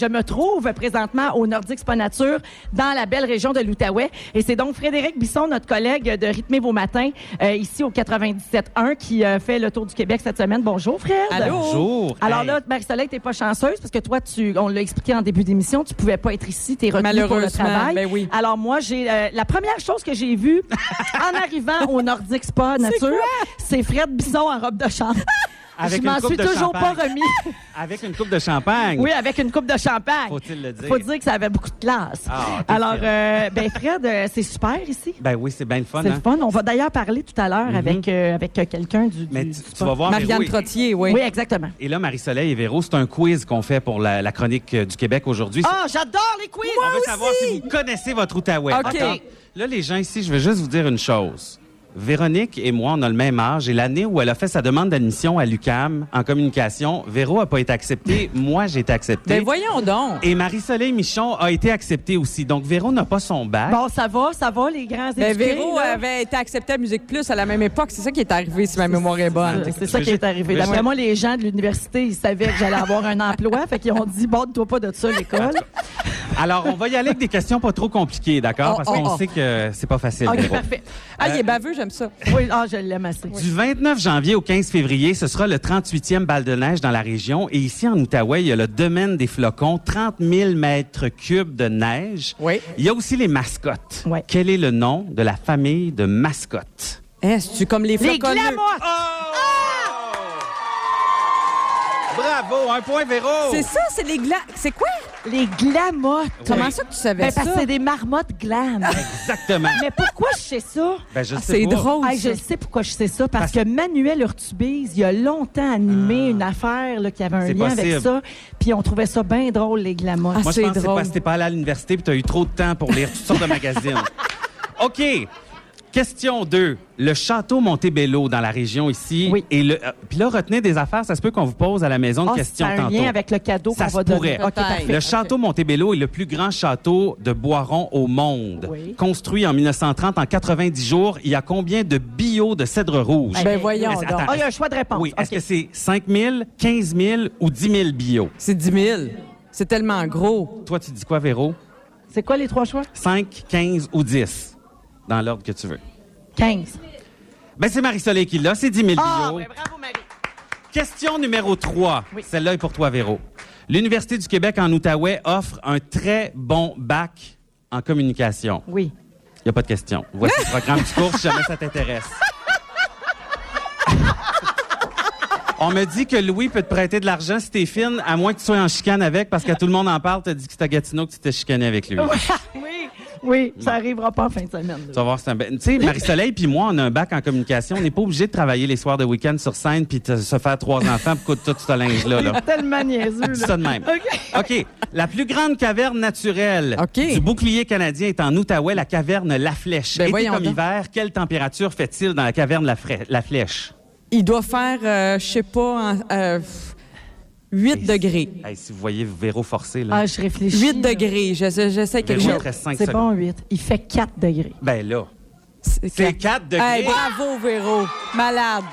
Je me trouve présentement au Nordique Spa Nature, dans la belle région de l'Outaouais. Et c'est donc Frédéric Bisson, notre collègue de Rythmez vos matins, euh, ici au 97.1, qui euh, fait le tour du Québec cette semaine. Bonjour, Fred. Allô? Bonjour. Alors Hey. là, Marie-Soleil, t'es pas chanceuse parce que toi, tu, on l'a expliqué en début d'émission, tu pouvais pas être ici, t'es retenue pour le Malheureusement, travail. ben oui. Alors moi, j'ai euh, la première chose que j'ai vue en arrivant au Nordique Spa Nature, c'est Fred Bisson en robe de chambre. Avec Je une m'en coupe suis de toujours champagne. pas remis. avec une coupe de champagne. Oui, avec une coupe de champagne. Faut-il le dire. Faut dire que ça avait beaucoup de classe. Ah, t'es Alors, fière. euh, ben Fred, euh, c'est super ici. Ben oui, c'est bien le fun. C'est le hein. Mm-hmm. fun. On va d'ailleurs parler tout à l'heure avec, euh, avec euh, quelqu'un du, Ah, Mais du tu, tu sport. vas voir. Marianne Véro, et- Trottier, oui. Oui, exactement. Et là, Marie-Soleil et Véro, c'est un quiz qu'on fait pour la, la chronique euh, du Québec aujourd'hui. Ah, j'adore les quiz! On veut savoir si vous connaissez votre Outaouais. OK. Attends. Là, les gens ici, je vais juste vous dire une chose. Véronique et moi, on a le même âge et l'année où elle a fait sa demande d'admission à l'UCAM en communication, Véro a pas été acceptée, moi j'ai été acceptée. Ben voyons donc. et Marie-Soleil Michon a été acceptée aussi. Donc Véro n'a pas son bac. Bon, ça va, ça va, les grands Ben, éduqués, Véro là. avait été acceptée à Musique Plus à la même époque. C'est ça qui est arrivé, si ma mémoire est bonne. Ah, C'est Je ça vais qui juste- est arrivé. je vais D'après juste- moi, les gens de l'université, ils savaient que j'allais avoir un emploi. Fait qu'ils ont dit, borde-toi pas de ça, l'école. Alors, on va y aller avec des questions pas trop compliquées, d'accord? Oh, Parce oh, qu'on oh. sait que c'est pas facile. OK, Véro. parfait. Ah, il est baveux, j'aime ça. Oui, ah, je l'aime assez. Du 29 janvier au 15 février, ce sera le 38e bal de neige dans la région. Et ici, en Outaouais, il y a le domaine des flocons, 30 000 mètres cubes de neige. Oui. Il y a aussi les mascottes. Ouais. Quel est le nom de la famille de mascottes? Hein, tu comme les Les floconneux? glamottes! Bravo! Un point, Véro! C'est ça, c'est les gla... C'est quoi? Les glamottes! Comment ça que tu savais Ben, ça? parce que c'est des marmottes glam. Exactement. Mais pourquoi je sais ça? Ben, je Ah, sais c'est pas. drôle. Hey, je ça. le sais pourquoi je sais ça. Parce, que Manuel Urtubise, il a longtemps animé une affaire là, qui avait un C'est lien avec possible. ça. Puis on trouvait ça bien drôle, les glamottes. Ah, Moi, je C'est pense que c'est drôle. parce que t'es pas allé à l'université puis t'as eu trop de temps pour lire toutes sortes de magazines. OK. Question 2. Le château Montebello dans la région ici. Oui. Et le, euh, puis là, retenez des affaires. Ça se peut qu'on vous pose à la maison une Ah, c'est question un tantôt. lien avec le cadeau Ça qu'on se va donner. pourrait. OK, parfait. Le château Montebello est le plus grand château de Boiron au monde. Oui. Construit en 1930 en 90 jours, il y a combien de bio de cèdre rouge? Hey, Ben voyons Est-ce- donc. attends, Ah, il y a un choix de réponse. Oui. Est-ce OK. que c'est 5 000, 15 000 ou 10 000 bio? C'est 10 000. C'est tellement gros. Toi, tu dis quoi, Véro? C'est quoi les trois choix? 5, 15 ou 10, dans l'ordre que tu veux. 15. Ben, c'est Marie-Soleil qui l'a, c'est 10 000 Ah, bio. ouais, bravo, Marie. Question numéro 3. Oui. Celle-là est pour toi, Véro. L'Université du Québec en Outaouais offre un très bon bac en communication. Oui. Il n'y a pas de question. Voici le programme du cours si jamais ça t'intéresse. On me dit que Louis peut te prêter de l'argent si t'es fine, à moins que tu sois en chicane avec, parce que tout le monde en parle, t'as dit que c'est à Gatineau que tu t'es chicané avec lui. oui, oui, ça n'arrivera pas en fin de semaine. Tu là. vas voir, c'est un ba- Tu sais, Marie-Soleil puis moi, on a un bac en communication. On n'est pas obligé de travailler les soirs de week-end sur scène puis te- se faire trois enfants pour coudre tout ce linge-là. Là. Tellement niaiseux. là. Dis ça de même. OK. OK. La plus grande caverne naturelle OK. du bouclier canadien est en Outaouais, la caverne La Flèche. Ben, Été voyons comme donc. hiver, quelle température fait-il dans la caverne La, Fra- La Flèche? Il doit faire, euh, je sais pas, en- euh, 8 degrés. Hey, si vous voyez Véro forcé, là. Ah, je réfléchis. 8 là. degrés. J'essaie, j'essaie quelque Véro, il chose. te reste cinq C'est secondes. bon, 8. Il fait 4 degrés. Ben là. C'est C'est 4 degrés. Hey, bravo, Véro. Malade.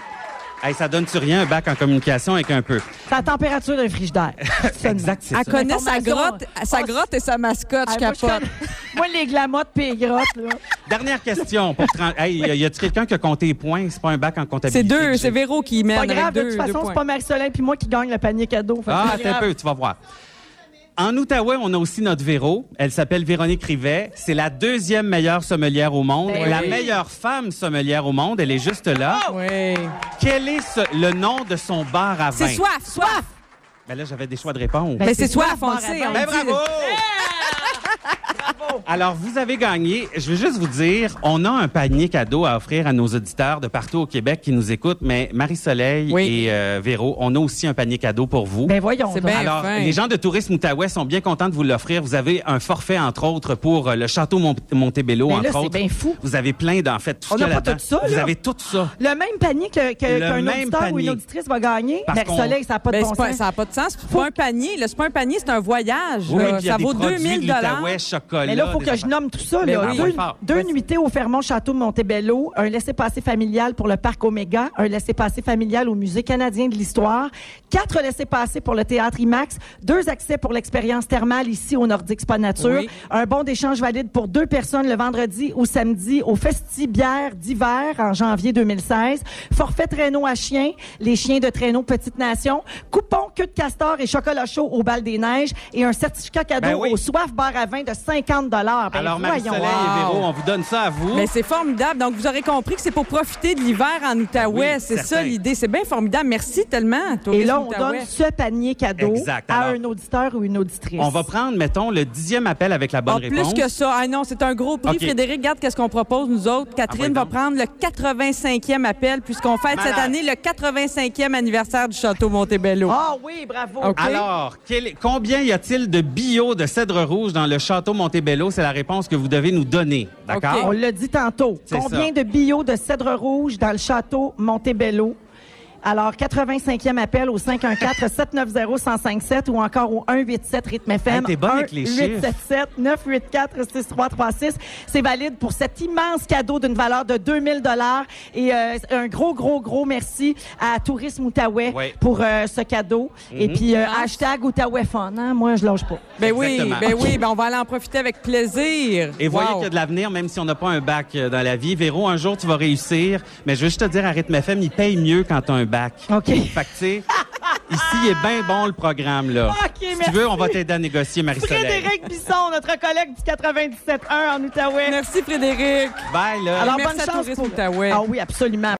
Hey, ça donne-tu rien, un bac en communication avec un peu? C'est la température d'un frigidaire. Exact, c'est ça. Elle connaît sa L'information, grotte, sa ah, grotte et sa mascotte, je Ah, moi, je capote. connais- Moi, les glamottes pis les grottes, là. Dernière question. Pour tran- hey, y a-t-il quelqu'un qui a compté les points? C'est pas un bac en comptabilité. C'est que deux, j'ai. c'est Véro qui mène Pas grave, avec deux, de toute deux façon, points. c'est pas Marie-Soleil puis moi qui gagne le panier cadeau. Fait que Ah, c'est t'as un grave. peu, tu vas voir. En Outaouais, on a aussi notre Véro. Elle s'appelle Véronique Rivet. C'est la deuxième meilleure sommelière au monde. Ben la oui. meilleure femme sommelière au monde. Elle est juste là. Oh! Oui. Quel est ce- le nom de son bar à vin? C'est Ben, soif, soif. Ben là, j'avais des choix de réponse. Mais c'est soif, on Barbara le sait. Barbara. on Ben, le dit. bravo! Alors, vous avez gagné. Je veux juste vous dire, on a un panier cadeau à offrir à nos auditeurs de partout au Québec qui nous écoutent, mais Marie-Soleil Oui. et euh, Véro, on a aussi un panier cadeau pour vous. Ben voyons. C'est donc. bien. Alors, fin. les gens de Tourisme Outaouais sont bien contents de vous l'offrir. Vous avez un forfait, entre autres, pour euh, le Château Mont- Montebello, Ben là, entre c'est autres. bien fou. Vous avez plein d'en fait. Tout ce On qu'il y n'a pas là-dedans. tout ça, Vous là. avez tout ça. Le même panier que- que- Le qu'un même auditeur ou une panier. audience va gagner. Parce qu'on- Marie-Soleil, ça n'a pas de Ben, bon c'est pas- sens. ça n'a pas de sens. C'est pas un panier. là. C'est pas un panier, c'est un voyage. Oui, là. puis il y a ça des vaut produits 2000 de l'Outaouais, chocolat. Mais là, il faut des que je affaires- nomme tout ça. Mais là. oui. Deux, Fort. deux Vas-y. nuitées au Fermont Château de Montebello, un laissez-passer familial pour le parc Oméga, un laissez-passer familial au Musée canadien de l'histoire, quatre laissez-passer pour le théâtre IMAX, deux accès pour l'expérience thermale ici au Nordique Spa Nature, Oui. un bon d'échange valide pour deux personnes le vendredi ou samedi au Festi Bière d'hiver en janvier 2016, forfait traîneau à chiens, les chiens de traîneau Petite Nation, coupon queue de castor et chocolat chaud au Bal des Neiges et un certificat cadeau Ben oui. au Soif Bar à vin de 50 dollars. Ben, Alors, voyons. Marie-Soleil et Wow. Véro, on vous donne ça à vous. Mais Ben, c'est formidable. Donc, vous aurez compris que c'est pour profiter de l'hiver en Outaouais. Oui, c'est ça certain. l'idée. C'est bien formidable. Merci tellement. Et Tourisme là, on Outaouais. donne ce panier cadeau Exact. à Alors, un auditeur ou une auditrice. On va prendre, mettons, le dixième appel avec la bonne Ah, réponse. plus que ça. Ah non, c'est un gros prix. OK. Frédéric, regarde qu'est-ce qu'on propose, nous autres. Catherine va Ah, oui, donc. prendre le 85e appel, puisqu'on fête Malade. cette année le 85e anniversaire du Château Montebello. Ah oui, bravo. OK. Alors, quel- combien y a-t-il de bio de cèdre rouge dans le château Montebello? C'est la réponse que vous devez nous donner. D'accord? On OK. l'a dit tantôt. C'est Combien ça. de bio de cèdre rouge dans le château Montebello? Alors, 85e appel au 514-790-1057 ou encore au 187 rythme FM. Hey, t'es bonne avec les 877 984 6336 C'est valide pour cet immense cadeau d'une valeur de 2000 dollars et euh, un gros, gros, gros merci à Tourisme Outaouais Ouais. Mm-hmm. pour euh, ce cadeau. Et puis, euh, hashtag Outaouais Fun. hein? Moi, je lâche pas. Ben oui, Exactement. ben oui, ben on va aller en profiter avec plaisir. Et voyez Wow. qu'il y a de l'avenir, même si on n'a pas un bac euh, dans la vie. Véro, un jour, tu vas réussir. Mais je veux juste te dire, à Rythme FM, il paye mieux quand tu as un bac. OK. Fait que, tu sais, ici, il est bien bon, le programme, là. OK, si merci. tu veux, on va t'aider à négocier, Marie-Soleil. Frédéric Bisson, notre collègue du 97.1 en Outaouais. Merci Frédéric. Bye, là. Alors, Merci bonne à chance Tourisme pour... Outaouais. Ah oui, absolument.